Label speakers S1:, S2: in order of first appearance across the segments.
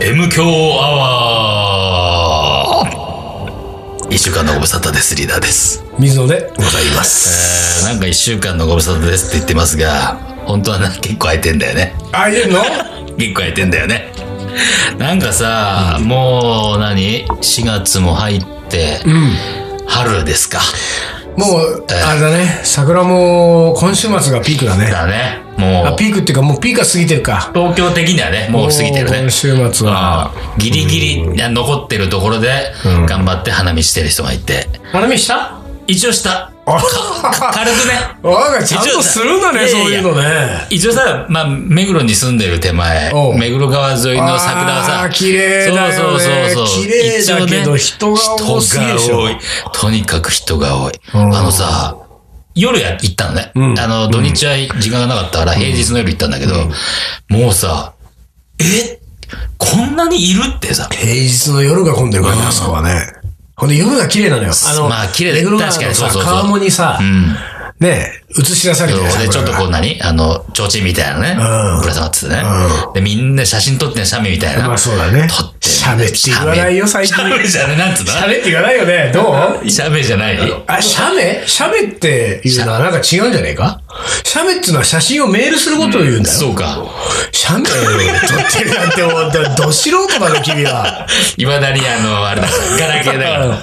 S1: M 強アワー一週間のご無沙汰です、リーダーです。
S2: 水野で
S3: ございます。
S1: えーなんか一週間のご無沙汰ですって言ってますが、本当はな、結構空いてんだよね。
S2: あいるの
S1: 結構空いてんだよね。なんかさ、もう何、?4 月も入って、春ですか。
S2: もう、あれだね。桜も今週末がピークだね。
S1: だね。
S2: あ
S1: もう、
S2: ピークっていうかもうピークは過ぎてるか。
S1: 東京的にはね、もう過ぎてる
S2: もう
S1: ね
S2: 今。週末は。
S1: うんギリギリ残ってるところで、頑張って花見してる人がいて。
S2: 花見した
S1: 一応した。
S2: あ
S1: か軽くね。
S2: 我がちゃんとするんだね、
S1: 一応
S2: そういうのね。
S1: 一応さ、まあ、目黒に住んでる手前
S2: お、う
S1: 目黒川沿いの桜が
S2: あ
S1: さ
S2: ー、綺麗だよね
S1: そうそうそうそう。
S2: 綺麗だけど
S1: 一応
S2: 人が多すぎるでしょ
S1: 人が多いとにかく人が多い。あ
S2: ん
S1: のさ、夜や行ったのね。
S2: ん
S1: あの、土日は時間がなかったから、平日の夜行ったんだけど、もうさ、えこんなにいるってさ。
S2: 平日の夜が混んでるからね、あそこはね。ほんで夜が綺麗なのよ。あの、
S1: まあ綺麗だ
S2: 目黒川の
S1: 確かに
S2: さ
S1: そうそうそう
S2: 川面にさ
S1: う、ん。
S2: ね、映し出されて
S1: そう
S2: るよ
S1: で、ちょっとこ
S2: う。
S1: う何あの、提灯みたいなね。
S2: うん
S1: ぶら下がっててね。で、みんな写真撮ってね、写メみたいな。
S2: まあそうだね
S1: 撮って。
S2: 写メって言わないよ最近
S1: 写メじゃねなんつうの
S2: シャメって言わないよね。どう
S1: 写メじゃないよ。
S2: あ、シャメシャメっていうのはなんか違うんじゃねえかシャメっていうのは写真をメールすることを言うんだよ。
S1: そうか。
S2: シャメを撮ってるなんてもう、ど素人だね、君は。
S1: いまだにあの、あれだから、ガラケーだから。ガラ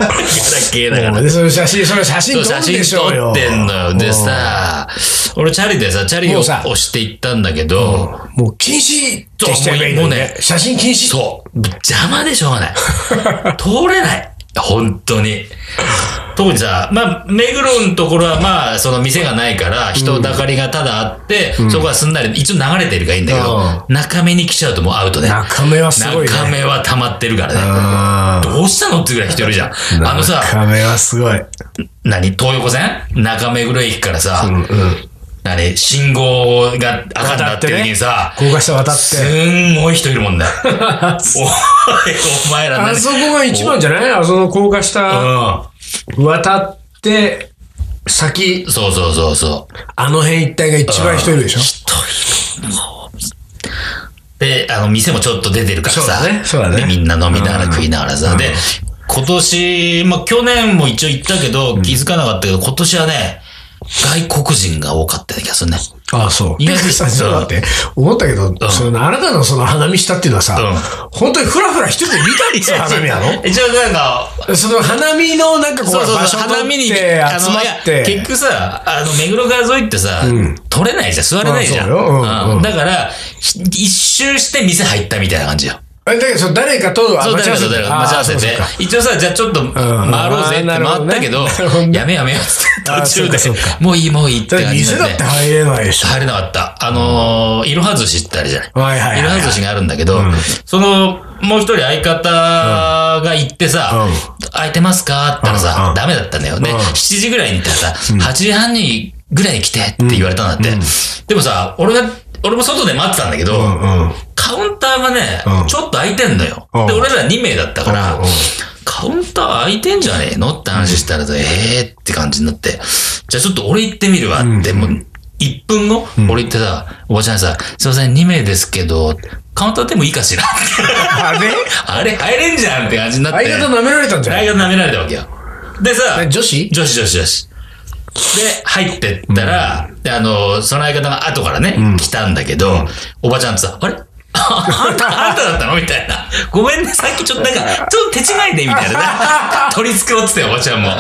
S1: ケーだから。
S2: で、その写真、その写
S1: そ
S2: 真
S1: う、
S2: 撮
S1: 写
S2: るで
S1: 真
S2: しょう
S1: 撮
S2: よ。
S1: ってんのよ。でさ、俺チャリでさ、チャリを
S2: もうさ
S1: 押していったんだけど、
S2: もう禁止ってしちゃえばいいのに
S1: そうもう
S2: ね
S1: ね。
S2: 写真禁止
S1: そう、邪魔でしょうがない。 通れない。本当に。特にさ、まあ、目黒のところはまあ、その店がないから、人だかりがただあって、そこはすんなり、一応流れてるからいいんだけど、中目に来ちゃうともうアウトね。
S2: 中目はすごいね。
S1: 中目は溜まってるからね。
S2: あ
S1: どうしたのってぐらい人いるじゃん。
S2: ー
S1: あのさ、
S2: 中目はすごい。
S1: 何東横線中目黒駅からさ、何信号が赤になってる時にさ、
S2: 高架下渡っ
S1: す
S2: て。
S1: んごい人いるも んね。おい、お前ら
S2: あ
S1: 何
S2: そこが一番じゃないあその高架下
S1: う
S2: 渡って、先
S1: ん。、そうそうそうそう。
S2: あの辺一帯が一番人いるでしょ
S1: で、あの、店もちょっと出てるからさ。
S2: そうだねそうだね
S1: で、みんな飲みながら食いながらさ。で、今年、まあ、去年も一応行ったけど、気づかなかったけど、今年はね、外国人が多かったような気がするね。
S2: ああ、そう。
S1: 意
S2: びっ
S1: 外と
S2: くりした。ちょっと待って。思ったけど、その、あなたのその花見したっていうのはさ、
S1: う
S2: 本当にふらふら一人で見たりした花見なの
S1: 一応なんか、
S2: その花見のなんかこう、
S1: そうそう
S2: 場
S1: そ
S2: 所
S1: う、花見に
S2: 取って
S1: あの
S2: 集まっ
S1: いや
S2: て。
S1: 結局さ、あの、目黒川沿いってさ、取れないじゃん、座れないじゃん。
S2: まあそうようんうん
S1: だから、ひ一周して店入ったみたいな感じよ。
S2: え、だけど、その誰かと、あ
S1: そう、だから、だから、待ち合わせて。一応さ、じゃあちょっと回ろうぜって
S2: あーなるほど
S1: 回っ
S2: ね
S1: たけど
S2: なる ほど、ね
S1: やめやめよっつって
S2: あー
S1: 途中で
S2: そうかそうか、
S1: もういいもういいって
S2: だって
S1: 感じ
S2: 店
S1: な
S2: だ
S1: んで
S2: って。入れないでしょ。
S1: 入れなかった。あのー、いろは寿司ってあるじゃない。
S2: はいはいはいはい
S1: いろは寿司があるんだけど、その、もう一人相方が行ってさ、空いてますかって言ったら
S2: うんう
S1: さ
S2: ん、
S1: ダメだったんだよね。
S2: うん
S1: 7時ぐらいに行ったらさ、8時半にぐらいに来てって言われたんだって。でもさ、俺が、俺も外で待ってたんだけど、
S2: うん。
S1: カウンターがね、
S2: うん
S1: ちょっと空いてんのよ。
S2: うん
S1: で、俺ら2名だったから
S2: うんうん、
S1: カウンター空いてんじゃねえのって話したらさ、ええーって感じになって、じゃあちょっと俺行ってみるわって、もう1分後、俺行ってさ、おばちゃんにさ、すいません、2名ですけど、カウンターでもいいかしら
S2: あれ
S1: あれ、入れんじゃんって感じになって。
S2: 相方舐められたんじゃない
S1: 相方舐められたわけよ。でさ、
S2: え女子
S1: 女子女子女子。で、入ってったら、であの、その相方が後からね、来たんだけど、おばちゃんとさ、あれ ああんた、あんただったのみたいな。ごめんね、さっきちょっとなんか、ちょっと手違いで、みた いなね。取り繕ってたよ、おばちゃんも。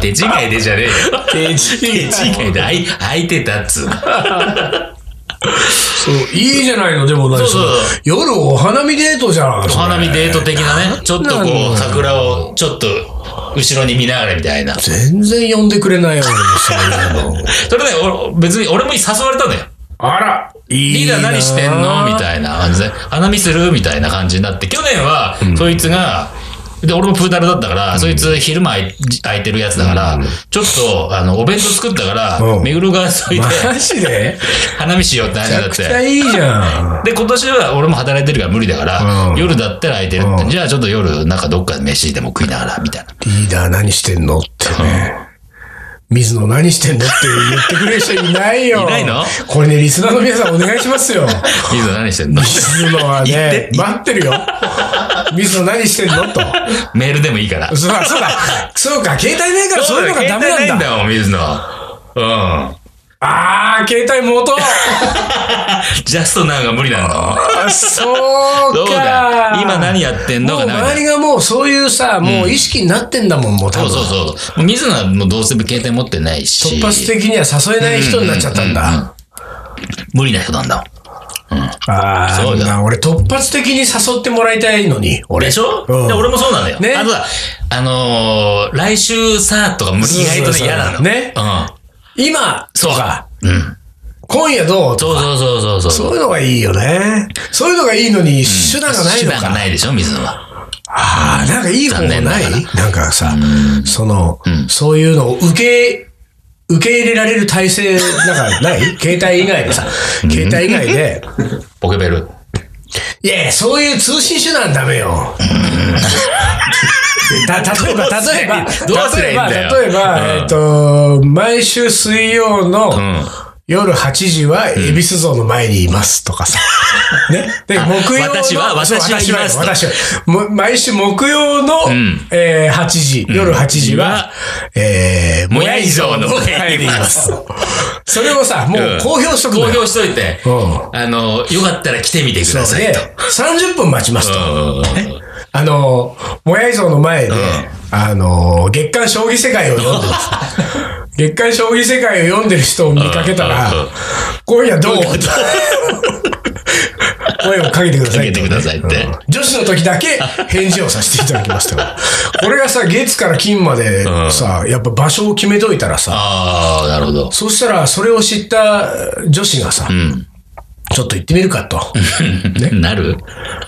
S1: 手違いでじゃねえ
S2: 手
S1: よ。
S2: 違い
S1: 手違いで、あい、開いてたっつうの。
S2: そう、いいじゃないの、でもない
S1: そうそうそう
S2: 夜お花見デートじゃん。お
S1: お花見デート的なね、ちょっと
S2: なんだ
S1: こ
S2: ろう
S1: う、桜を、ちょっと、後ろに見ながらみたいな。
S2: 全然呼んでくれないよ、俺もそういうの。
S1: それね、俺別に俺も誘われたのよ。
S2: あら、いい
S1: リーダー何してんのみたいな感じで、花見するみたいな感じになって、去年は、そいつが、で、俺もプータルだったから、そいつ昼間空い空いてるやつだから、ちょっと、あの、お弁当作ったから、
S2: うん
S1: 目黒川沿い で、
S2: マジで
S1: 花見しようって話
S2: めちゃ
S1: になっ
S2: くちゃ
S1: て。
S2: いいじゃん。
S1: で、今年は俺も働いてるから無理だから、
S2: うん
S1: 夜だったら空いてるって、
S2: うん
S1: じゃあちょっ と夜、なんかどっかで飯でも食いながら、みたいな。
S2: リーダー何してんのってね。水野何してんのって言ってくれる人いないよ。
S1: いないの
S2: これね、リスナーの皆さんお願いします よ。
S1: 水野何してんの
S2: 水野は
S1: 言って
S2: ね、待ってるよ。水野何してん のと。
S1: メールでもいいから。
S2: そうだ、そうだ。そうか、携帯ないからそういうのがダメ
S1: 携帯
S2: なんだ。
S1: ないんだもん、水野。 うん。
S2: あー、携帯 元
S1: ジャストなんか無理なんだもん。
S2: あそうか。
S1: どうだ今何やってんの
S2: も
S1: が
S2: う
S1: ダメだ
S2: 周りがもうそういうさ、もう意識になってんだもん、もう多
S1: そう
S2: 分。
S1: そうそうそう。もう水野はもうどうせ携帯持ってないし。
S2: 突発的には誘えない人になっちゃったんだ。
S1: うんうんうん無理な人なんだもん。
S2: ああ、
S1: そうだ
S2: な俺突発的に誘ってもらいたいのに、俺。
S1: でしょ、
S2: うん
S1: で俺もそうなのよ。
S2: ね
S1: あとは、あのー来週さ、とかも意外
S2: そ
S1: と
S2: うそうそ
S1: ね、
S2: う
S1: 嫌なの。
S2: ね
S1: う
S2: 今とか、
S1: ん。うん。
S2: 今夜どうと
S1: そうそうそうそうそう。
S2: そういうのがいいよね。そういうのがいいのに、手段がない
S1: 手
S2: の
S1: 段が
S2: か。
S1: ないでしょ、水野は。
S2: ああ、なんかいい方法ない
S1: 残念ながら
S2: なんかさ、その、そういうのを受け、受け入れられる体制、なんか ない携帯以外でさ、携帯以外で、
S1: ポケベル。
S2: いやいや、そういう通信手段ダメよ。た例えば、例えば、
S1: どうすりゃ
S2: 例えば、
S1: いいんだよ
S2: 例えば、
S1: うん
S2: えっと、毎週水曜の
S1: ん
S2: 夜8時は、恵比寿像の前にいますとかさ。ね。で、
S1: あ
S2: 木曜の、
S1: 私は
S2: そう
S1: 私はいますと
S2: 私はも毎週木曜の、
S1: ん
S2: えー8時、夜8時は、えー、
S1: もやい像の前
S2: 前
S1: に
S2: に
S1: い
S2: い
S1: ま
S2: ますす。それをさ、もう公表しとく
S1: 公
S2: のよ。
S1: 表しといて、
S2: う
S1: あのーよかったら来てみてください
S2: で
S1: と。、
S2: 30分待ちますと。
S1: うん
S2: あの、もやい像の前で、あの、月刊将棋世界を読んでます。 月刊将棋世界を読んでる人を見かけたら
S1: うんうんうん、
S2: 今夜どう 声をかけてください
S1: かけてくださいって
S2: うん女子の時だけ返事をさせていただきましたから。 これがさ、月から金までさ、やっぱ場所を決めといたらさ、
S1: ああ、なるほど。
S2: そしたらそれを知った女子がさ、ちょっと行ってみるかと。
S1: なる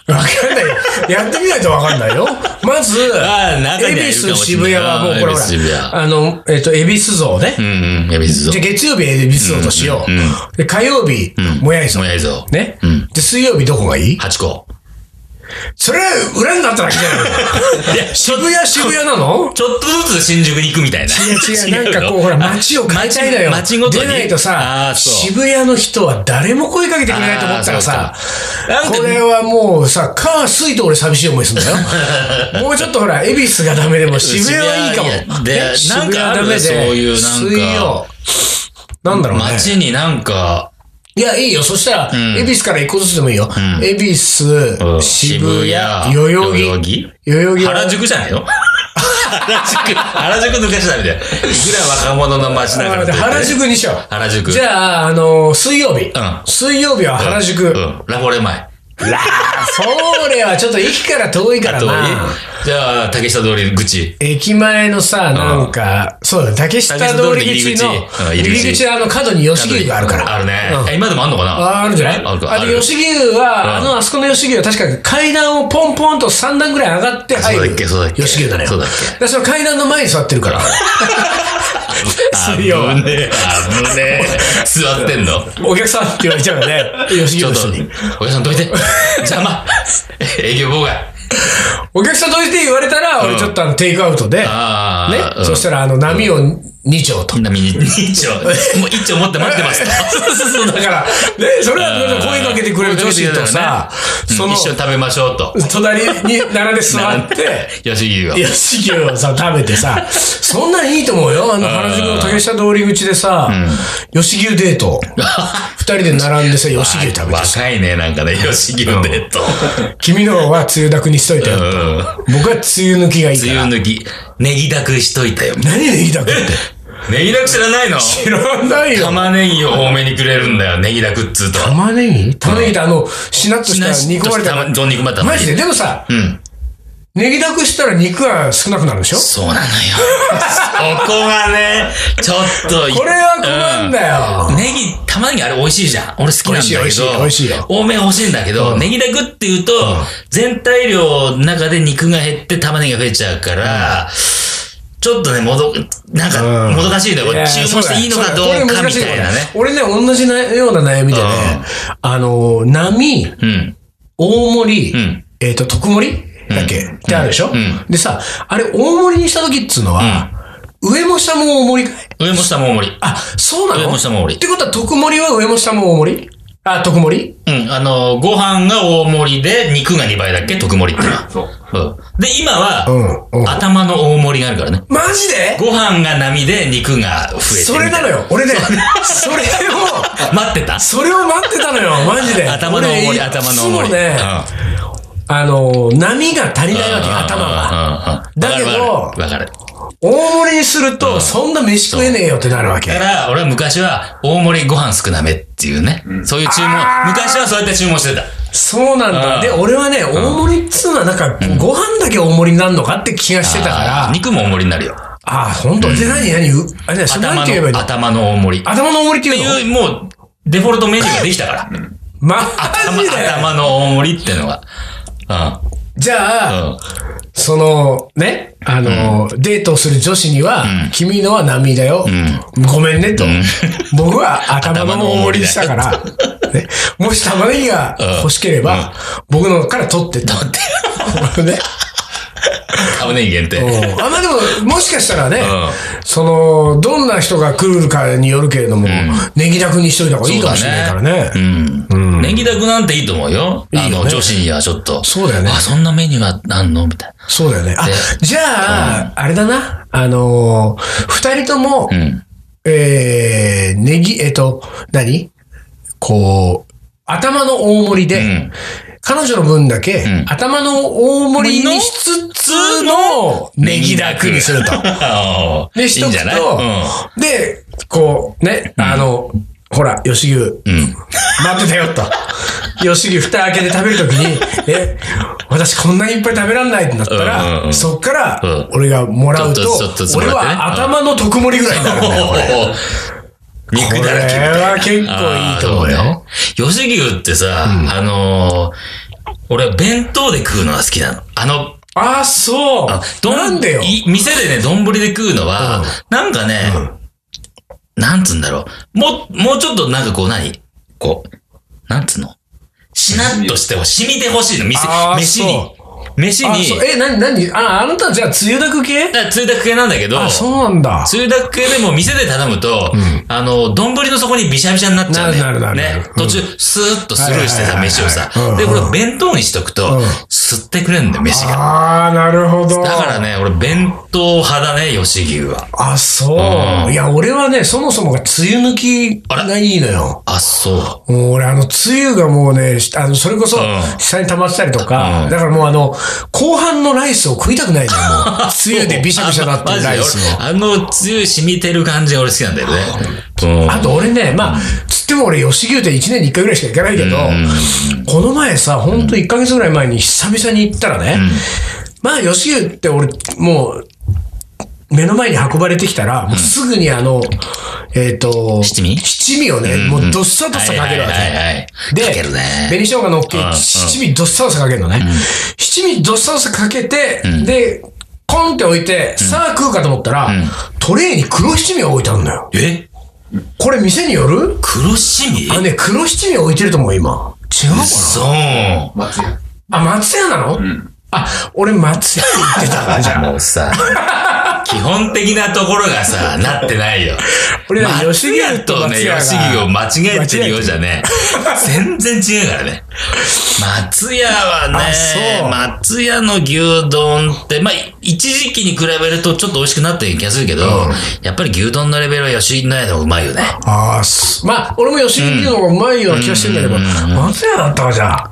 S2: わかんないよ。やってみないとわかんないよ。まず、
S1: あー中
S2: 恵
S1: にはい
S2: 比寿
S1: るかもしれ
S2: 渋
S1: ない
S2: 谷はもうこれほ
S1: 恵比寿渋谷
S2: ら、あの、えっ、と、恵比寿像ね。
S1: うんうん。やびずぞ
S2: じゃ。あ月曜日恵比寿像としよう。で、火曜日、もやい像
S1: も。やいぞ。
S2: ね、
S1: うん
S2: で、水曜日どこがいい
S1: 八個。
S2: それは裏になっただけじゃ ないの渋谷、渋谷なの
S1: ちょっとずつ新宿に行くみたいな。
S2: 違 う違う、なんかこう、ほら、街を変えたいだよ。
S1: 街ごとに
S2: 出ないと
S1: あ
S2: さ、
S1: ーそう
S2: 渋谷の人は誰も声かけてくれないと思ったらさ
S1: あー、そうか
S2: これはもうさ、か、すいと俺寂しい思いするんだよ。 もうちょっとほら、恵比寿がダメでも渋谷はいいか
S1: 渋
S2: も。
S1: 谷いやで
S2: ね
S1: なんかあるねそういうなんか
S2: 水曜。なんだろうね。
S1: 街になんか、
S2: いや、いいよ。そしたら、恵比寿から一個ずつでもいいよ。恵比寿
S1: う、ん
S2: 渋谷、代
S1: 渋谷
S2: 々木。
S1: 代々木
S2: 代々木は
S1: 原宿じゃないの 原宿、原宿抜かしたみたいな。いくら若者の街だか
S2: あ
S1: ら
S2: 待っ
S1: といってて。
S2: 原宿にしよう。
S1: 原宿。
S2: じゃあ、あの水曜日、
S1: ん
S2: 水曜日は原宿。
S1: うん。ラフォレ前。
S2: それはちょっと駅から遠いから
S1: と
S2: な。
S1: じゃあ、竹下通り口。
S2: 駅前のさ、なんか、そうだ、竹下通り口の
S1: 竹下通りの入り口うん入
S2: 入
S1: り口
S2: り口あの角に吉牛があるから。
S1: あるね。
S2: うん
S1: え今でもあんのかな
S2: ああるんじゃない
S1: あるか
S2: あ
S1: あ
S2: と、
S1: る
S2: 吉牛は、あ
S1: うん
S2: の、あそこの吉牛は確か階段をポンポンと3段ぐらい上がって入る。
S1: そうだっけそうだっけ
S2: 吉牛だね。
S1: そうだっけ
S2: でその階段の前に座ってるから。水曜は
S1: あぶねえ。あぶ ねえ。座ってんの
S2: お客さんって言われちゃうよね。吉
S1: ち
S2: 牛
S1: ょっ
S2: の
S1: と
S2: 人に。、
S1: お客さんどいて。 邪魔。営業妨害。
S2: お客さんどいて言われたら、俺ちょっとあの、テイクアウトで、
S1: あ
S2: ね
S1: あ。。
S2: そしたら、あの、波を2丁と。
S1: みんなみに、 一丁、もう一丁持って待って ますと。そうそうそう
S2: だから、ね、それは声かけてくれる女子とさ、
S1: うん
S2: その、
S1: 一緒に食べましょう と。
S2: 隣に並んで座 って、
S1: 吉木が。
S2: 安牛をさ、食べてさ、そんなんいいと思うよ。あの、原宿の竹下通り口でさ、吉牛デー ト。二人で並んでさ、吉牛食べてさ、
S1: 若いね、なんかね、吉木のデート。
S2: 君のは梅雨だくにしといたよ。
S1: うん。
S2: 僕は梅雨抜きがいいか
S1: 梅
S2: ら。
S1: 雨抜き、ネギだくしといたよ。
S2: 何でいいだくって。
S1: ネギだく知らないの
S2: 知らないよ。
S1: 玉ねぎを多めにくれるんだよ、ネギだくっつうと。
S2: 玉ねぎ玉ねぎってあの、しなっとした煮込まれた。
S1: そう、煮込まれた
S2: マジででもさ、
S1: うん。
S2: ネギだくしたら肉は少なくなるでしょ
S1: そう なのよ。そこがね、ちょっとい。
S2: これは困んだよ。
S1: ネギ、たまにあれ美味しいじゃん。俺好きなんだけど。
S2: 美味しい美味しい美味しいよ
S1: 多め欲しいんだけど、ネギだくっていうと、全体量の中で肉が減って玉ねぎが増えちゃうから、ちょっとね、もど、なんか、
S2: うん
S1: もどかしいのよ。これ注文していいのかどうかみたいなね。
S2: 俺ね、同じなような悩みでね、あの、波、
S1: うん。
S2: 大盛り、
S1: ん
S2: えっと、特盛りだっけ、ってあるでしょ、
S1: ん
S2: でさ、あれ大盛りにした時っつうのは、上も下も大盛りかい
S1: 上も下も大盛り。
S2: あ、そうなの
S1: 上も下も大盛り
S2: ってことは、特盛りは上も下も大盛りあ、特盛り
S1: うん、あの、ご飯が大盛りで、肉が2倍だっけ特盛りってのは。そう。で、今は、
S2: うんうん
S1: 頭の大盛りがあるからね。
S2: マジで
S1: ご飯が波で肉が増えてる
S2: それなのよ。俺ね、それを、
S1: 待ってた
S2: それを待ってたのよ、マジで。
S1: 頭の大盛り、
S2: 俺
S1: 頭の大盛り。
S2: いつもね、あの、波が足りないわけ、頭が。
S1: が
S2: だけど
S1: わかるわかる。
S2: 大盛りにすると、そんな飯食えねえよってなるわけ
S1: だか。ら、俺は昔は、大盛りご飯少なめっていうね。そういう注文
S2: あー、
S1: 昔はそうやって注文してた。
S2: そうなん
S1: う
S2: だ。
S1: ん
S2: で、俺はね、大盛りっつうのはなんか、ご飯だけ大盛りになるのかって気がしてたから
S1: あー、肉も大盛りになるよ。
S2: ああ、本当で、何、何、うあれだ、それ何
S1: 頭
S2: て言えばいい
S1: の、
S2: の
S1: 頭の大盛り。っ
S2: 頭の大盛りって
S1: て
S2: いうの
S1: いう、もう、デフォルトメニューができたから。
S2: ま、マ
S1: 頭
S2: ジで
S1: 頭の大盛りってのが。う
S2: じゃあ、
S1: ん。うん。
S2: その、ね、あの、デートをする女子には、君のは波だよ、ごめんね と。僕は頭の大盛りにしたから、ね、もし玉ねぎが欲しければ、僕のから取ってと。ね。
S1: タブネギ限定。うん。
S2: あ、まあでも、もしかしたらね、
S1: うん
S2: その、どんな人が来るかによるけれども、ネギだくにしといた方がいいかもしれないからね。
S1: ネギだくなんていいと思うよ。
S2: い
S1: あ
S2: いよ
S1: の、
S2: ね
S1: 女子にはちょっと。
S2: そうだよね
S1: あ、そんなメニューがあんのみたいな。
S2: そうだよね。あ
S1: で、
S2: じゃあ、あれだな。あのー二人とも、
S1: ん
S2: えー、ネギ、えっ、と、何こう、頭の大盛りで、
S1: ん
S2: 彼女の分だけ、
S1: ん
S2: 頭の大盛りにしつつの、ネギだくにすると。
S1: あー
S2: で、しと
S1: いいん
S2: く
S1: じゃない
S2: と、で、こう、ね、あの、ほら、吉牛、待ってたよと。吉牛蓋開けて食べるとき に、え、私こんなにいっぱい食べらんないってなったら、
S1: うんうんうん
S2: そっから
S1: うん、
S2: 俺がもらうと、
S1: ちょっとちょっとも
S2: 俺
S1: らってね
S2: は頭の特盛りぐらいになるんだ よ、これ。
S1: おー肉だらけみた
S2: こ
S1: い
S2: れ
S1: な。
S2: は結構いいと思う
S1: あ
S2: よ。
S1: ー。そうね吉牛ってさ、あのー、俺は弁当で食うのが好きなの。あの、
S2: ああ、そう
S1: あ。ど
S2: なんでよ。
S1: い店でね、丼で食うのは、
S2: うん
S1: なんかね、なんつうんだろう。もう、もうちょっとなんかこう何こう、なんつうのしなっとしてほしい。染みてほしいの。店
S2: あ、ー
S1: 飯に
S2: そ。
S1: 飯
S2: あ
S1: に。
S2: そうえ、なになにあ、あなたじゃあ、つゆだく系
S1: だから、つゆだく系なんだけど、
S2: あ、そうなんだ。
S1: つゆだく系でも店で頼むと、あの、丼の底にびしゃびしゃになっちゃうね。
S2: なるなるなる
S1: ね。途中、スーッとスルーして
S2: はいはいは
S1: さ、
S2: いはい
S1: 飯をさ
S2: うんうん。
S1: で、これ弁当にしとくと
S2: うん、
S1: 吸ってくれんだよ、飯が。
S2: ああ、なるほど。
S1: だからね、俺、弁当派だね、吉牛は。
S2: あ、そう。
S1: うん
S2: いや、俺はね、そもそもが梅雨抜きがいいのよ。
S1: あ、そ
S2: もう俺、あの、梅雨がもうね、しあの、それこそ
S1: ん、
S2: 下に溜まってたりとか、
S1: うん
S2: だからもうあの、後半のライスを食いたくないのよ、もう。梅雨でビシャビシャだってるライスを。
S1: あの、 マジで俺あのつゆ染みてる感じが俺好きなんだよね。うん
S2: あと俺ね、まあ、つっても俺、吉牛店1年に1回ぐらいしか行かないけど、この前さ、ほんと1ヶ月ぐらい前に久々に行ったらね、まあ、吉牛って俺、もう、目の前に運ばれてきたら、もうすぐにあの、えっ、と、
S1: 七味
S2: 七味をね、もうどっさどっさかけるわけ。
S1: はいはいはいはい
S2: で、
S1: かけるね。
S2: 紅生姜のっけ
S1: うんう、ん
S2: 七味どっさどっさかけるのね。七味どっさどっさかけて、で、コンって置いて、さあ食うかと思ったら、トレイに黒七味が置いてあるんだよ。
S1: え
S2: これ店による
S1: 黒しみ
S2: あのね、黒七味置いてると思う、今。違うか
S1: そう。
S2: なあ、松屋なのあ、俺松屋に行って たな、じゃあ。
S1: もうさ、基本的なところが さ、なってないよ。
S2: 俺ら
S1: 松
S2: 吉
S1: 屋
S2: 牛と
S1: とね、
S2: 松屋が
S1: 吉木を間違えてるようじゃね、全然違うからね。松屋は
S2: あそう
S1: ね、松屋の牛丼って、まあ、一時期に比べるとちょっと美味しくなってる気がするけど、やっぱり牛丼のレベルは吉野家の方がうまいよね。
S2: ああ、すまあ、俺も吉木牛の方がうまいような気がしてんだけど、松屋だったわ、じゃあ。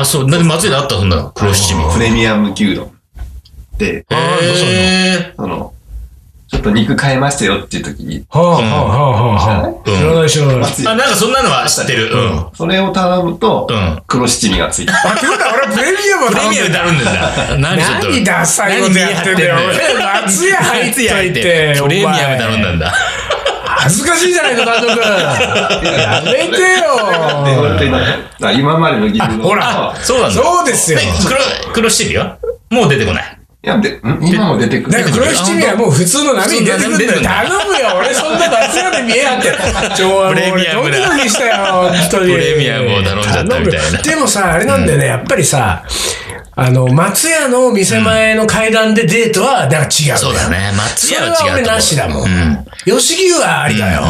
S1: あ、そう、なんで松屋であったそんなの黒七味。
S3: プレミアム牛丼で、
S2: あーそうそう
S1: へ
S3: その、ちょっと肉変えましたよっていう時に、
S2: はあ、はあ、はあ、はあ。
S1: うん
S2: 知らない、知らない。
S3: 松
S1: ーあ、
S3: 屋
S1: なんかそんなのは知ってる。うん。
S3: それを頼むと
S1: うん、
S3: 黒七味がついてる。
S2: あ、ってことは俺プレミアム
S1: プレミア
S2: だ。
S1: ムであるんだ。 何ちょっと。
S2: 何ダサいことやってんだよ。
S1: 何見張ってんだよ
S2: 俺松屋入っといて。
S1: プレミアム頼んだんだ。
S2: お前恥ずかしいじゃないの、監 督。やめて
S3: で
S2: よ。
S3: 本当になんか今までの牛丼と
S2: ほら
S1: そうなんだ。
S2: そうですよ
S1: ね。黒、黒七味はもう出てこない。
S3: いや、で、ん今も出てく
S2: だ
S3: る
S2: から。黒七味はもう普通の波に出てくるんだよ。
S1: 普通の波
S2: 頼むよ、俺そんな夏屋で見えなって。 超
S1: プレミアムだ
S2: ドキドキしたよ、本当に。
S1: プレミアムを頼んじゃったみたいな
S2: 頼むよでもさ、あれなんだよね、やっぱりさ、あの、松屋の店前の階段でデートは、だから違う、
S1: そうだ。ね。松
S2: そ
S1: 屋
S2: れ
S1: は
S2: は
S1: 違うと思う。
S2: 俺なしだも。
S1: うん
S2: 吉牛はありだよ。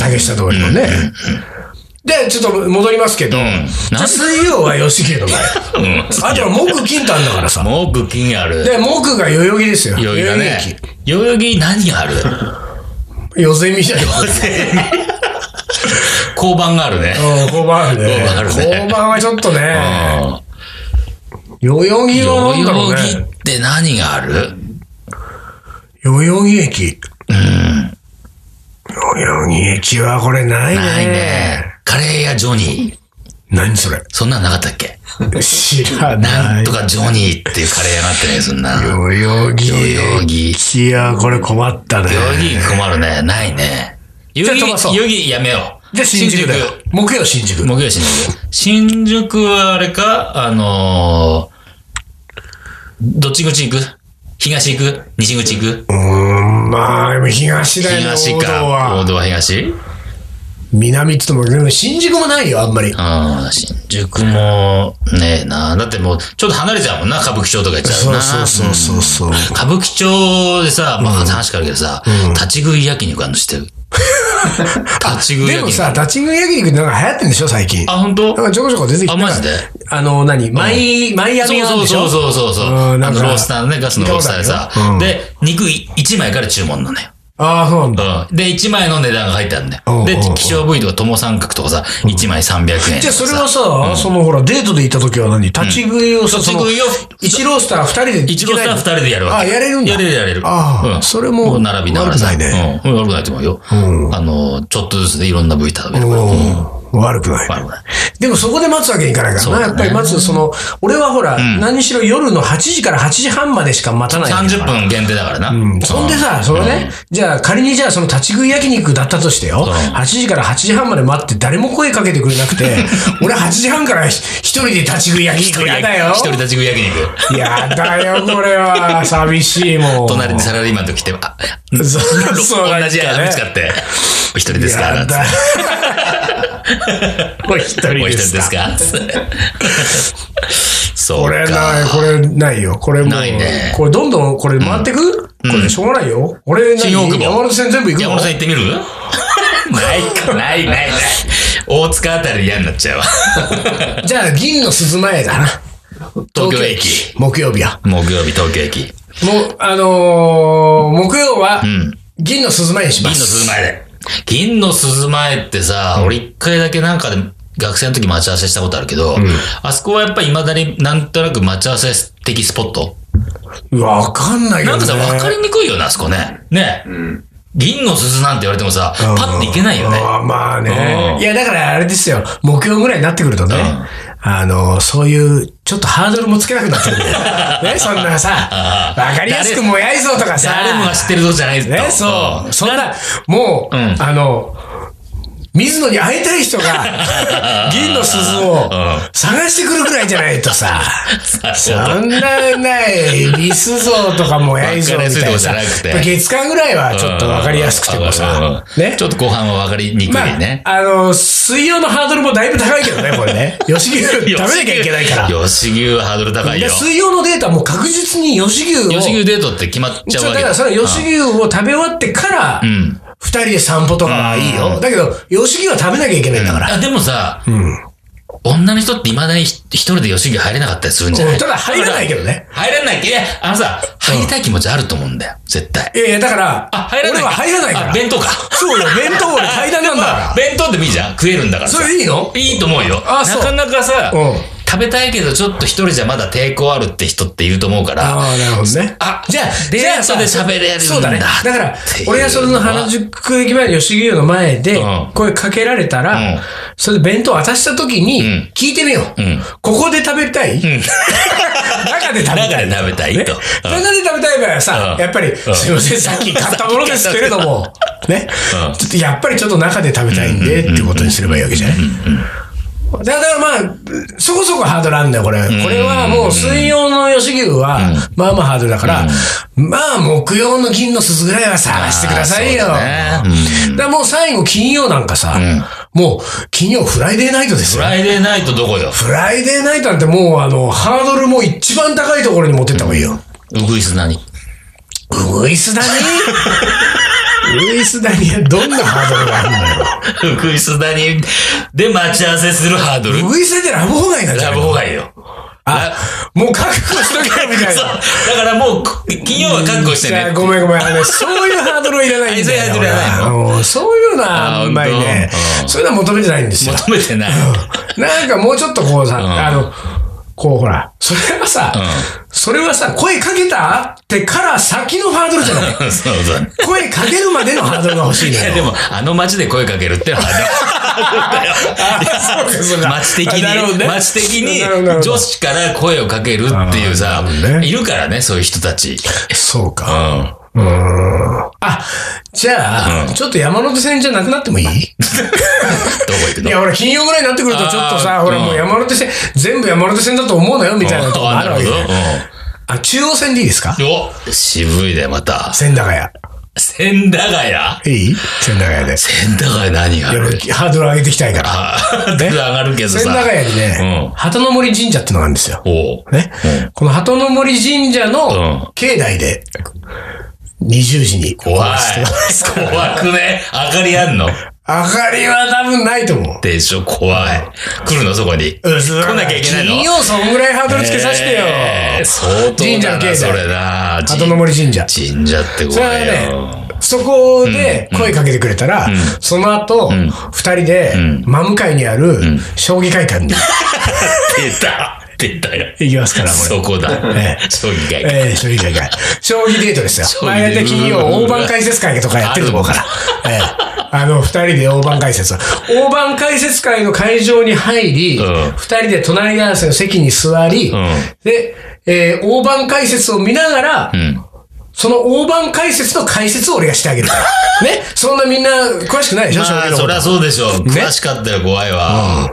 S2: 竹下通りのね。で、ちょっと戻りますけど、
S1: ん
S2: じゃあ水曜は吉牛の前。
S1: ん
S2: あとは木金丹だからさ。
S1: もう武器ある。
S2: で、木が代々木ですよ。
S1: 代々木だね。代々木何 がある
S2: 木。寄せ見じゃない。
S1: 交番があるね。
S2: うん、交番あるね。
S1: 交番あるね
S2: 交番はちょっとね、
S1: うん
S2: 代々木はなん
S1: 代
S2: だろう
S1: 々木
S2: ね。
S1: って何がある
S2: 代々木駅。代々木駅はこれないね。
S1: ないね。カレー屋ジョニー。
S2: 何それ。
S1: そんなのなかったっけ
S2: 知ら
S1: な
S2: なんい。
S1: とかジョニーっていうカレー屋があってね、そんな。代
S2: 代々木
S1: 々木
S2: 駅。いや、これ困ったね。
S1: 々木困るね。ないね。代
S2: ゃあ
S1: 々木、
S2: 飛ばそう
S1: 代々木やめよう。
S2: で、新宿だよ。木曜新宿。
S1: 木曜新宿。新宿はあれか、あのー、どっち口行く東行く西口行く
S2: うーん、まあ、でも東だよ、
S1: 東
S2: 王道
S1: か。王
S2: は。
S1: 道は東うん。
S2: 南って言っても、でも新宿もないよ、あんまり。
S1: 新宿も、ねえな。だってもう、ちょっと離れちゃうもんな、歌舞伎町とか行っちゃう
S2: そう
S1: な。
S2: そうそうそうそう。
S1: 歌舞伎町でさ、まあ話変わるけどさ、立ち食い焼肉あるのしてる。 立ち食い
S2: で
S1: 焼
S2: も
S1: 肉。
S2: さ、立ち食い焼肉ってなんか流行ってんでしょ、最近。
S1: あ、本当
S2: なんかちょこちょこ出てきて
S1: あ、マジで
S2: あの、何マイ、マイアミがある
S1: そ
S2: ん
S1: う
S2: でしょ
S1: そうそうそうそう。あ
S2: うんなんか
S1: のロースターのね、ガスのロースターでさ
S2: う。ん
S1: で、肉1枚から注文なのよ。
S2: ああ、そうなんだ。
S1: うん。で、1枚の値段が入ってあるんだ
S2: うんう
S1: よ。
S2: ん
S1: で
S2: うん、
S1: 希少部位とか、とも三角とかさ、1枚300円とかさ。
S2: じゃあ、それはさ、そのほら、デートで行った時は何立ち食いをさ、そ
S1: 立ち
S2: の
S1: 食いを、
S2: 1ロースター2人で行
S1: 一
S2: け
S1: 度
S2: ない
S1: さ、
S2: の
S1: 二人でやるわけ。
S2: あやれるんだ
S1: やれるやれる。
S2: ああそれも
S1: う並びながらさ。
S2: 悪くないね
S1: うん。悪くないと思うよ。あの、ちょっとずつでいろんな部位食べるから。
S2: うん悪くない。
S1: 悪くない。
S2: でもそこで待つわけにいかないからな、やっぱり待つ、その、俺はほら、何しろ夜の8時から8時半までしか待たない。
S1: 30分限定だからな。
S2: そんでさ、そのね、じゃあ仮にじゃあその立ち食い焼肉だったとしてよ、
S1: ん
S2: 8時から8時半まで待って誰も声かけてくれなくて、 俺8時半からひ一人で立ち食い焼
S1: 一
S2: 肉
S1: 人
S2: やだよ
S1: 一。人立ち食い焼肉。
S2: やだよ、これは。寂しいもん。
S1: 隣にサラリーマンと来て、あ、
S2: そうそう
S1: 同じや
S2: なんかね
S1: 見つ かって。お一人ですか
S2: やだ。これ一人
S1: お一
S2: で
S1: 人
S2: す
S1: です
S2: か。
S1: か そうか。
S2: これない、これないよ。これもう
S1: ないね
S2: これどんどん、これ回ってく、これしょうがないよ。俺、何
S1: 新大久保
S2: 山手線全部行くの
S1: 山本さん行ってみ るないか、ないないない。大塚あたり嫌になっちゃ うわ。
S2: じゃあ、銀の鈴前だな。
S1: 東京駅。。
S2: 木曜日は。
S1: 木曜日東京駅。
S2: もう、あのー、木曜は
S1: ん、
S2: 銀の鈴前にしま
S1: 銀の
S2: す。
S1: 鈴前で。銀の鈴前ってさ、俺一回だけなんかで学生の時待ち合わせしたことあるけど、あそこはやっぱ未だになんとなく待ち合わせ的スポット。
S2: わかんないよ、ね。
S1: なんかさ、わかりにくいよね、あそこね。ね。銀の鈴なんて言われてもさ、
S2: うん
S1: パッていけないよね。
S2: あーまあね
S1: う。ん
S2: いや、だからあれですよ。目標ぐらいになってくるとね、あの、そういう、ちょっとハードルもつけなくなってく るんだよ。ね、そんなさ、わかりやすくもやいぞとかさ。
S1: 誰もが知ってるぞじゃないと。
S2: ね、そうう。
S1: ん
S2: そんな、もう、
S1: うん
S2: あの、水野に会いたい人 が、銀の鈴を
S1: うん
S2: 探してくるくらいじゃないとさ、
S1: そう
S2: そんなない、リス像とかもやいぞみたいなさ
S1: わかりやすいとこじゃなくて
S2: 月間ぐらいはちょっとわかりやすくてもさ、
S1: うん
S2: ね
S1: ちょ。っと後半はわかりにくい
S2: まあ、
S1: ね。
S2: あの、水曜のハードルもだいぶ高いけどね、これ ね。吉牛食べなきゃいけないから。
S1: 吉牛はハードル高い
S2: で
S1: よ。
S2: 水曜のデータはもう確実に吉牛を。
S1: 吉牛デートって決まっち
S2: ち
S1: ゃう
S2: ょ
S1: わ
S2: だ
S1: け
S2: からそれは吉牛を食べ終わってから、
S1: ん
S2: 二人で散歩とかはいいよ。だけど、吉牛は食べなきゃいけないんだから。
S1: あ、でもさ、女の人って未だに一人で吉牛入れなかったりするんじゃない
S2: ただ入らないけどね。
S1: 入れない。いや、あのさ、入りたい気持ちあると思うんだよ。絶対。
S2: いやいや、だから、
S1: あ、入らな
S2: 俺
S1: いか。
S2: は入らないか
S1: あ
S2: ら。
S1: 弁当か。
S2: そうよ、弁当俺階段なんだ
S1: まあ
S2: か。
S1: 弁当でもいいじゃん。食えるんだからら
S2: そ
S1: さ。
S2: れでいいの
S1: いいと思うよ。
S2: あ
S1: な
S2: そう
S1: かなかさ
S2: うん、
S1: 食べたいけどちょっと一人じゃまだ抵抗あるって人っていると思うから。
S2: ああ、なるほどね。
S1: あ
S2: じゃあ、
S1: デート
S2: じゃあさ
S1: で喋れるんだ
S2: そうだね。だから
S1: っていう、のは
S2: 俺がその原宿駅前の吉牛の前で
S1: うん
S2: 声かけられたら、
S1: うん
S2: それで弁当渡した時に
S1: ん
S2: 聞いてみよう。
S1: ん
S2: ここで食べたい、 中で食べたい。
S1: 中で食べたいと
S2: ね
S1: うん
S2: 中で食べたい場合はさ、
S1: うん
S2: やっぱり、
S1: ん
S2: すいません、さっき買ったものですけれど も、ね、ちょっとやっぱりちょっと中で食べたいんでってことにすればいいわけじゃないだからまあ、そこそこハードルあるんだよ、これ。これはもう、水曜の吉牛は、まあまあハードルだから、まあ、木曜の銀の鈴ぐらいは探してくださいよ。
S1: あーそうだねうん
S2: だからもう最後、金曜なんかさ、もう、金曜フライデーナイトです
S1: フ
S2: よ。
S1: ライデーナイトどこよ
S2: フライデーナイトなんてもう、あの、ハードルも一番高いところに持ってった方がいいよ。
S1: うぐいす何
S2: ウグイスダニウグイスダニはどんなハードルがあるんだよ。
S1: うぐいす何で待ち合わせするハードル
S2: ウグイスダニってラブホガイなんじゃ
S1: ラ
S2: ないの
S1: ブホがいいよ。
S2: あ、もう覚悟しとけよみたい
S1: そう。
S2: な。
S1: だからもう、金曜は覚悟してね。
S2: ごめんごめん。あのねそういうハードルはいらないんだ よ。
S1: あそういうハードルいらないの
S2: 俺はもうそういうのは
S1: あ
S2: あんまりね
S1: 本当う、ん
S2: そういうのは求めてないんですよ。
S1: 求めてない。
S2: なんかもうちょっとこうさ、あの、こうほら、それはさ、
S1: う
S2: それはさ、声かけたってから先のハードルじゃない。
S1: そうそうね。
S2: 声かけるまでのハードルが欲 しい
S1: い
S2: の
S1: や、
S2: よ。
S1: でも、あの街で声かけるってのは
S2: あ そうかそう
S1: ね、
S2: か
S1: 街的
S2: あなるほど
S1: に、
S2: ね
S1: 街的
S2: なるほどなる
S1: に
S2: ほど
S1: 女子から声をかけるっていうさ
S2: あーなるほど、ね
S1: いるからね、そういう人たち。
S2: そう
S1: う
S2: か。
S1: ん。
S2: あ、じゃあ、ちょっと山手線じゃなくなってもいい
S1: どこ行く
S2: い
S1: の
S2: や、ほら、金曜ぐらいになってくると、ちょっと
S1: あ
S2: さ、
S1: ー
S2: ほら、
S1: うん
S2: もう山手線、全部山手線だと思うのよ、みたいなとこも
S1: あ
S2: あ
S1: ー
S2: る
S1: な
S2: わけ
S1: る
S2: で
S1: ほ。
S2: あ、中央線でいいですか
S1: ど。うん。お渋いね、また。
S2: 千駄ヶ
S1: 千駄ヶ谷
S2: 谷。いい千駄ヶ谷で。
S1: 千駄ヶ谷何があ
S2: いや
S1: る
S2: 俺ハードル上げていきたいから。
S1: あー、上がるけどさ。
S2: 千駄ヶ谷にね
S1: う、
S2: 鳩の森神社ってのがあるんですよ。
S1: おう。
S2: ね。この鳩の森神社
S1: うん
S2: の境内で、20時に。
S1: 怖い。怖くね明かりあんの
S2: 明かりは多分ないと思う。
S1: でしょ、怖い。来るの、そこに。来なきゃいけないの
S2: 金曜そんぐらいハードルつけさせてよ。
S1: えー相当
S2: 神社
S1: だ
S2: の境
S1: な、
S2: 内
S1: それな。
S2: 鳩の森神社。
S1: 神社っ
S2: そ
S1: て
S2: れ
S1: 怖い
S2: は
S1: よ。
S2: ね、そこで声かけてくれたら、その後、二人で、真向かいにある、将棋会館に
S1: 出た出たよ。
S2: 行きますから、
S1: そ
S2: こ
S1: こだ
S2: え。
S1: 将棋
S2: れ。
S1: 会館。
S2: ええ将棋会館。将棋デートですよ。
S1: 棋
S2: 毎やって金曜、大盤解説会とかやってると思うから。ええあの、二人で大盤解説を。大盤解説会の会場に入り、二、
S1: うん
S2: 人で隣り合わせの席に座り、
S1: ん
S2: で、えー大盤解説を見ながら、
S1: うん。
S2: その大盤解説の解説を俺がしてあ げるから。ねそんなみんな詳しくないでしょ、
S1: ま
S2: 将棋の
S1: あ、
S2: こ
S1: そり
S2: と
S1: ゃそうでしょう。
S2: ね
S1: 詳しかったよ、怖いわ。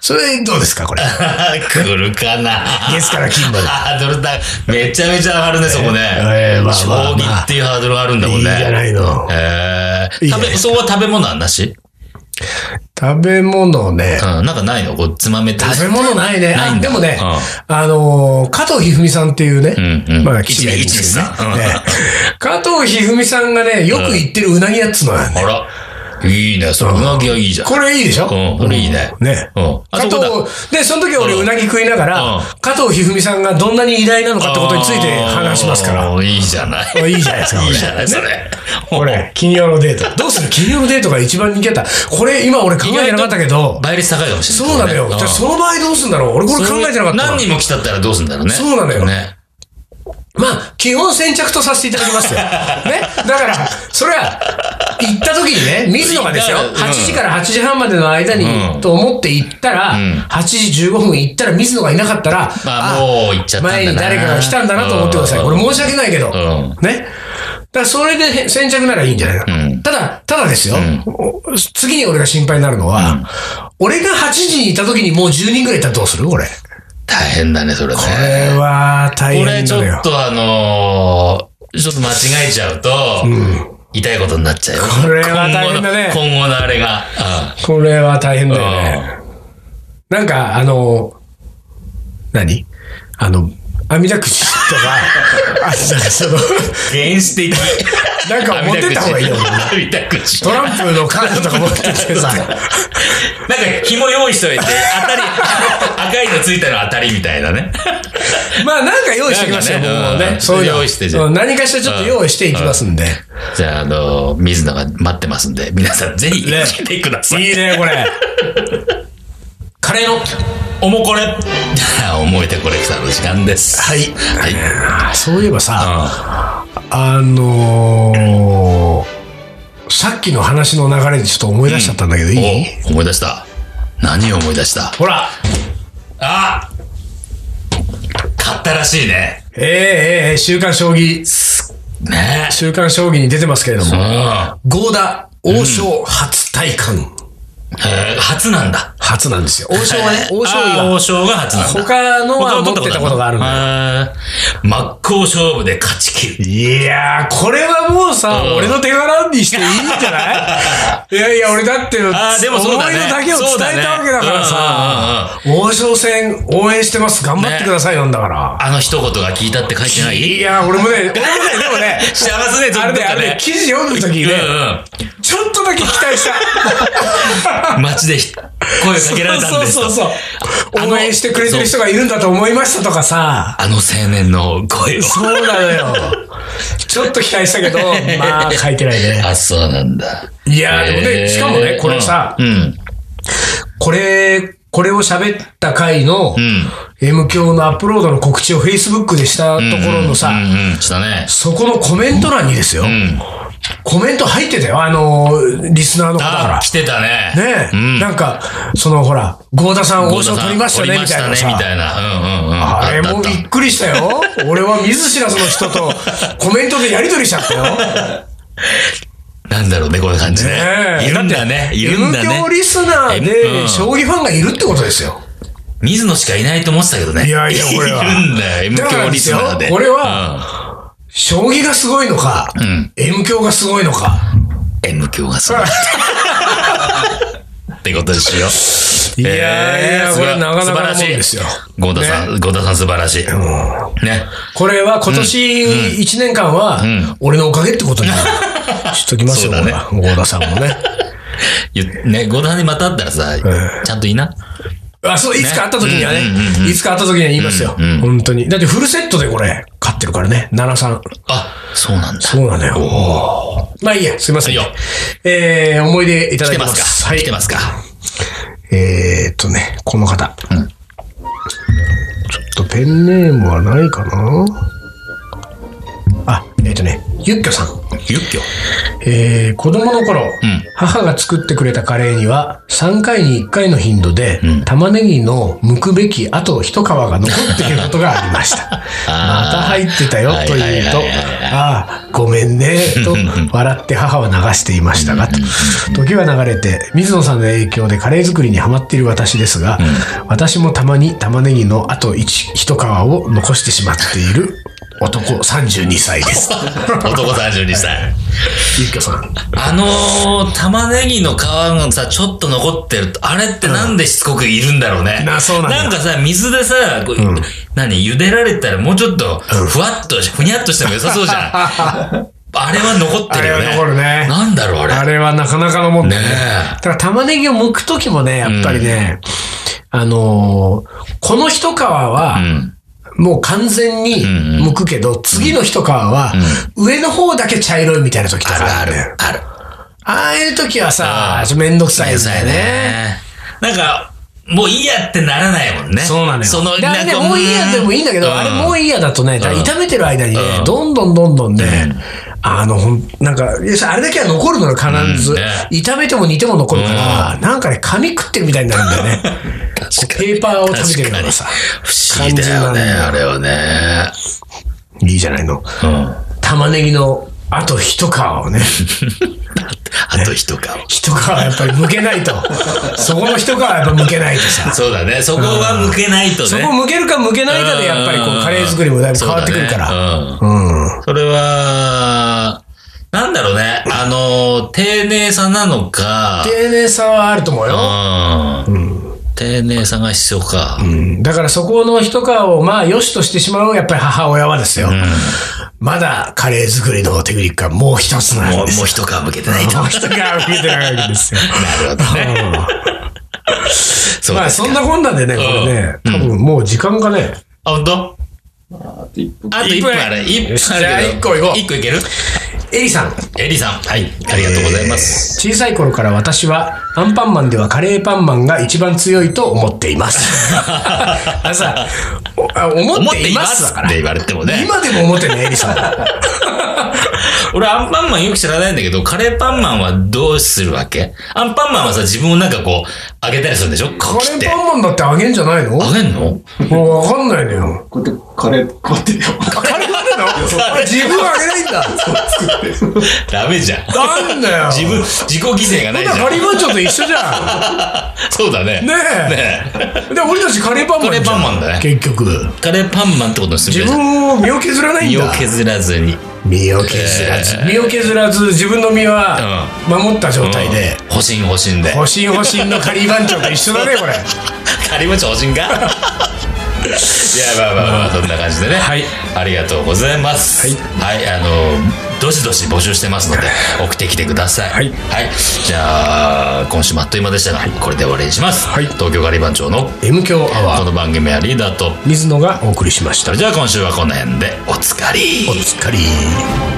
S2: それどうですか、これ。
S1: 来るかな。
S2: 月から金まで
S1: ハードルだ。めちゃめちゃ上がるね、そこね。
S2: ええまあ
S1: 将
S2: まあまあ
S1: 棋っていうハードルがあるんだもんね。
S2: いいじゃないの
S1: ええ
S2: いいじゃ
S1: 食
S2: ない
S1: べ、そうは食べ物はなし
S2: 食べ物ね
S1: う。ん、なんかないのこう、つまめて。
S2: 食べ物ないね。
S1: ないん
S2: あ、
S1: だ
S2: でもね、
S1: う
S2: あのー加藤一二三さんっていうね、
S1: うんうん
S2: まあ、吉がいるんですけどね
S1: 一二三
S2: ね加藤一二三さんがね、よく行ってるうなぎやっつのなん
S1: あ
S2: ね。
S1: ら。いいね。それ、うなぎはいいじゃん。
S2: これいいでしょ
S1: うん、これいいね。
S2: ね
S1: うん。あ
S2: 加
S1: そ
S2: 藤
S1: こだ。、
S2: で、その時俺
S1: うん
S2: うなぎ食いなが
S1: うん
S2: ら、加藤一二三さんがどんなに偉大なのかってことについて話しますから。
S1: あー。いいじゃない。
S2: いいじゃないですかこ
S1: い
S2: れ
S1: いじゃない、それ。
S2: これ、金曜のデート。どうする金曜のデートが一番人気だった。これ、今俺考えてなかったけど、
S1: 倍率高いかもし
S2: そ
S1: れないうね。
S2: なのよ。
S1: ん
S2: じゃあその場合どうするんだろう俺これ考えてなかったわ。
S1: 何人も来ちゃったらどうすんだろうね。
S2: そうなのよ
S1: ね。
S2: まあ、基本先着とさせていただきます よ。ね。だから、それは、行った時にね、水野がですよ、
S1: 行った
S2: 8
S1: らうん
S2: 時から8時半までの間に、
S1: うん
S2: と思って行ったら、
S1: ん
S2: 8時15分行ったら水野がいなかったら、
S1: まあ、もう行っちゃったんだな。
S2: 前に誰かが来たんだなと思ってください。これ申し訳ないけど、
S1: ん
S2: ね。だからそれで先着ならいいんじゃないの、
S1: うん
S2: ただ、ただですよ、お次に俺が心配になるのは、俺が8時にいた時にもう10人ぐらいいたらどうする俺。こ
S1: 大変だね、それね。こ
S2: れは大
S1: これ
S2: 変
S1: ち
S2: なの
S1: ょ
S2: よ
S1: っ。とあのーちょっと間違えちゃうと、痛いことになっちゃうよ。
S2: これは大変だね
S1: 今後の今後のあれが。
S2: これは大変
S1: う
S2: だ
S1: ん
S2: よね。なんか、あの、何あの、網だくじとか、あ なんかその、
S1: 原始 的。
S2: なんか持ってった方がいいよ。
S1: 見たくし。
S2: トランプのカードとか持ってって さ、
S1: なんか紐用意しといて、当たり、 赤いのついたの当たりみたいなね。
S2: まあなんか用意してきますよ、
S1: なんかね
S2: もう
S1: う
S2: ね。
S1: ん
S2: そういうの
S1: 用意してじゃあ
S2: うん何かしらちょっと用意していきますんで。
S1: じゃあ、あのー水野が待ってますんで、皆さんぜひ来てください。
S2: いいね、これ。カレーの。
S1: おもこれ。思い出コレクターの時間です。
S2: はい
S1: はい。
S2: あそういえばさ、
S1: あ
S2: あのー、さっきの話の流れでちょっと思い出しちゃったんだけど、いい
S1: お、思い出した。何を思い出した
S2: ほら
S1: あ買ったらしいね。
S2: ええええええ週刊将棋、
S1: ね
S2: 週刊将棋に出てますけれど
S1: え。う
S2: も、
S1: ん。
S2: 合田王将初体感。
S1: えー初なんだ。
S2: 初なんですよ。王将は ね、王将以
S1: あー王
S2: 外。
S1: 将が初なんだ。
S2: 他のは持ってたことがあるんだよ
S1: だ。真っ向勝負で勝ち切る。
S2: いやー、これはもうさ、
S1: うん
S2: 俺の手柄にしていいんじゃ ないいやいや、俺だって、
S1: あーでもそうだね
S2: 思いのだけを伝えたわけだからさ、王将戦応援してます、頑張ってくださいなんだから。
S1: あの一言が効いたって書いてない
S2: いやー、俺もね、俺もね、でも ね、
S1: 幸せね、ずっ
S2: あ
S1: と
S2: れね、あれね
S1: ね、。
S2: 記事読むとき
S1: う
S2: ね、
S1: ん
S2: ちょっとだけ期待した。
S1: うん。街で声かけられたんですと
S2: そうそう
S1: あ
S2: そう。
S1: の
S2: 応援してくれてる人がいるんだと思いましたとかさ。
S1: あの青年の声を。
S2: そうなのよ。ちょっと期待した けど、まあ、書いてないね。
S1: あ、そうなんだ。
S2: いやーでもね
S1: へー
S2: しかもねこれさ
S1: うん。うん
S2: これ、これを喋った回の、
S1: ん
S2: M 教のアップロードの告知を Facebook でしたところのさ、
S1: うんうん、したね。
S2: そこのコメント欄にですよ、
S1: うん。
S2: コメント入ってたよ、あのーリスナーの方か
S1: あ
S2: ら
S1: ー、来。てたね。
S2: ねえ、
S1: うん。
S2: なんか、そのほら、ゴーダさん王将取りましたね、みたいな
S1: 取りましたね、
S2: さ。
S1: みたいな。うんうんうん。
S2: あれ
S1: った
S2: も
S1: った
S2: びっくりしたよ。俺は見ず知らずの人とコメントでやりとりしちゃったよ。
S1: なんだろうね、こういう感じね
S2: ね。え
S1: いるんだね。いるんだ
S2: M 教
S1: ね。
S2: リスナー
S1: う
S2: で
S1: ん
S2: 将棋ファンがいるってことですよ。
S1: 水野しかいないと思ってたけどね。
S2: いやいやこれは
S1: いるんだよ、M
S2: だから
S1: 教
S2: で
S1: リ
S2: す
S1: ス
S2: よ
S1: ナーで。
S2: これは将棋がすごいのか、
S1: ん
S2: M 教がすごいのか。
S1: うん、M 教がそうだ。ってことにしよう。
S2: いやい
S1: え
S2: や、
S1: ー
S2: これ
S1: すば
S2: なかなかなもん
S1: 素晴ら
S2: で
S1: し
S2: す
S1: い
S2: よ。。
S1: ゴーダさん、ゴーダさん素晴らしい。ね。
S2: これは今年1年間は
S1: ん、
S2: 俺のおかげってこと にしときますよ、
S1: そうだね
S2: これは合田さんもね。
S1: ゆね、ゴーダさんにまた会ったらさ、ちゃんといいな。
S2: あ、そう、いつか会った時にはね
S1: うんうんう、ん
S2: いつか会った時には言いますよ。本当に。だってフルセットでこれ、勝ってるからね。7-3。
S1: あ、そうなんだ。
S2: そうなのよ。まあいいや、すいません。
S1: いいよ
S2: えー、思い出いただ
S1: 来
S2: い
S1: て
S2: て
S1: ま
S2: ますす。
S1: か
S2: はい
S1: 来て。ますか
S2: えーっとね、この方。
S1: ん
S2: ちょっとペンネームはないかなあ、えーっとね、ゆっきょさん。
S1: ユッキョ。
S2: えー、子供の頃、
S1: ん
S2: 母が作ってくれたカレーには3回に1回の頻度で、
S1: ん
S2: 玉ねぎの剥くべきあと一皮が残っていることがありました
S1: あー
S2: また入ってたよと言うと
S1: はいはいはいはい
S2: 「ああごめんね」 と笑って母は流していましたがと時は流れて水野さんの影響でカレー作りにはまっている私ですが、私もたまに玉ねぎのあと一一皮を残してしまっている男32歳 です。
S1: 男32歳。
S2: ゆっきょさん
S1: あのー、玉ねぎの皮がさ、ちょっと残ってると、あれってなんでしつこくいるんだろうね。
S2: なそうなんだよ
S1: んかさ、水でさ、こう何、茹でられたらもうちょっと、ふわっと、ふにゃっとしても良さそ うじゃん。あれは残ってるよね。
S2: あれは残るね
S1: なんだろう、あ れ。
S2: あれはなかなかのもんだよね。
S1: ねえ
S2: だから玉ねぎを剥くときもね、やっぱりね、あのーこの一皮
S1: う
S2: は、
S1: ん。
S2: もう完全に
S1: ん
S2: 剥くけど、次の一皮は、上の方だけ茶色いみたいな時と
S1: あ
S2: か
S1: るあ
S2: あるん
S1: る
S2: だよ。、
S1: ある。
S2: ああいう時はさ
S1: あ、ー
S2: めんどくさいです
S1: だ
S2: よ
S1: よ
S2: ね。
S1: ね。なんか、もういいやってならないもんね。
S2: そうなのよ。
S1: その、
S2: だからね、
S1: なんか
S2: もういいやでもいいんだけど、あれもういいやだとね、だから炒めてる間にね、
S1: うん
S2: どんどんどんどんね、あの、ほんなんか、いやあれだけは残るのよ、必ず。
S1: うんね
S2: 炒めても煮ても残るから、なんかね、紙食ってるみたいになるんだよね。 こうペーパーを食べてるのがさ、
S1: 不思議だよ
S2: 感
S1: ね、
S2: じな
S1: あれはね。
S2: いいじゃないの。
S1: うん。
S2: 玉ねぎの、あと一皮を ね、
S1: あと一皮。
S2: 一皮はやっぱり剥けないと。そこの一皮はやっぱ剥けないとさ。
S1: そうだね。そこは向けないとね。
S2: そこ剥けるか剥けないかで、やっぱりこう、カレー作りもだいぶ変わってくるから。
S1: そうだね
S2: うん。
S1: うん。それは、なんだろうね。あの、丁寧さなのか、
S2: 丁寧さはあると思うよ。
S1: うん。丁寧さが必要か。
S2: だからそこの一皮をまあ良しとしてしまうやっぱり母親はですよ。まだカレー作りのテクニックはもう一つな
S1: も
S2: ん
S1: う、
S2: です
S1: も
S2: よ。
S1: う一皮向けてないと。
S2: もう一皮受けてないわけです よ。
S1: なるほど ね。そう
S2: ま
S1: で
S2: あ
S1: す
S2: そんなこんなんでね、これね、多分もう時間がね、
S1: あ、本当？
S3: あと一分
S1: あと1分ある。1分あるけど。
S2: よしじゃあ一個いこう
S1: 1個いける
S2: エリさん。
S1: エリさん。はい。ありがとうございます。
S2: 小さい頃から私はアンパンマンではカレーパンマンが一番強いと思ってい ます。あさ、おあ思
S1: 思っ
S2: って
S1: て
S2: い
S1: いま
S2: ます
S1: す
S2: だか
S1: っ
S2: ら
S1: て。言われてもね。
S2: 今でも思ってんね、エリさん。
S1: 俺アンパンマンよく知らないんだけど、カレーパンマンはどうするわけアンパンマンはさ、自分をなんかこう、あげたりするんでしょ
S2: カ
S1: こう切っ
S2: レ
S1: て
S2: ー。パンマンだってあげんじゃないの
S1: あげんの
S2: もうわかんないのよ。
S3: こうやってカレーこうやってよ。
S2: カレーあるの自分はあげないんだ。
S1: ダメじゃん。
S2: なんだよ。
S1: 自分、自己犠牲がないじ
S2: だ
S1: ゃ
S2: からカリ
S1: ん。
S2: ーパンチョンと一緒じゃ
S1: そうだね。
S2: ん。ねえ。
S1: ねえ。
S2: で、俺たちカレーパンマンじゃん。
S1: カレーパンマンだね
S2: 結局。
S1: カレーパンマンってことにす
S2: 自
S1: る
S2: 分を身を削らないん
S1: 身
S2: だ
S1: を。削らずに。
S2: 身を削らず。身を削らず、自分の身は守った状態で。
S1: うん。保身保身で。
S2: 保身保身のカリーパンチョンと一緒だね、これ。
S1: カリーパンチョン保身か いや、まあまあまあ、そんな感じでね。はい。ありがとうございます。はい。あの、どしどし募集してますので、送ってきてください。はいじゃあ、今週もあっという間でしたが、これで終わりにします。
S2: はい
S1: 東京カリーパンチョンの
S2: M 強ア
S1: こ
S2: ワー、
S1: の番組はリーダーと
S2: 水野がお送りしまし
S1: そ
S2: た。
S1: れじゃあ今週はこの辺でおつかり
S2: お疲れ。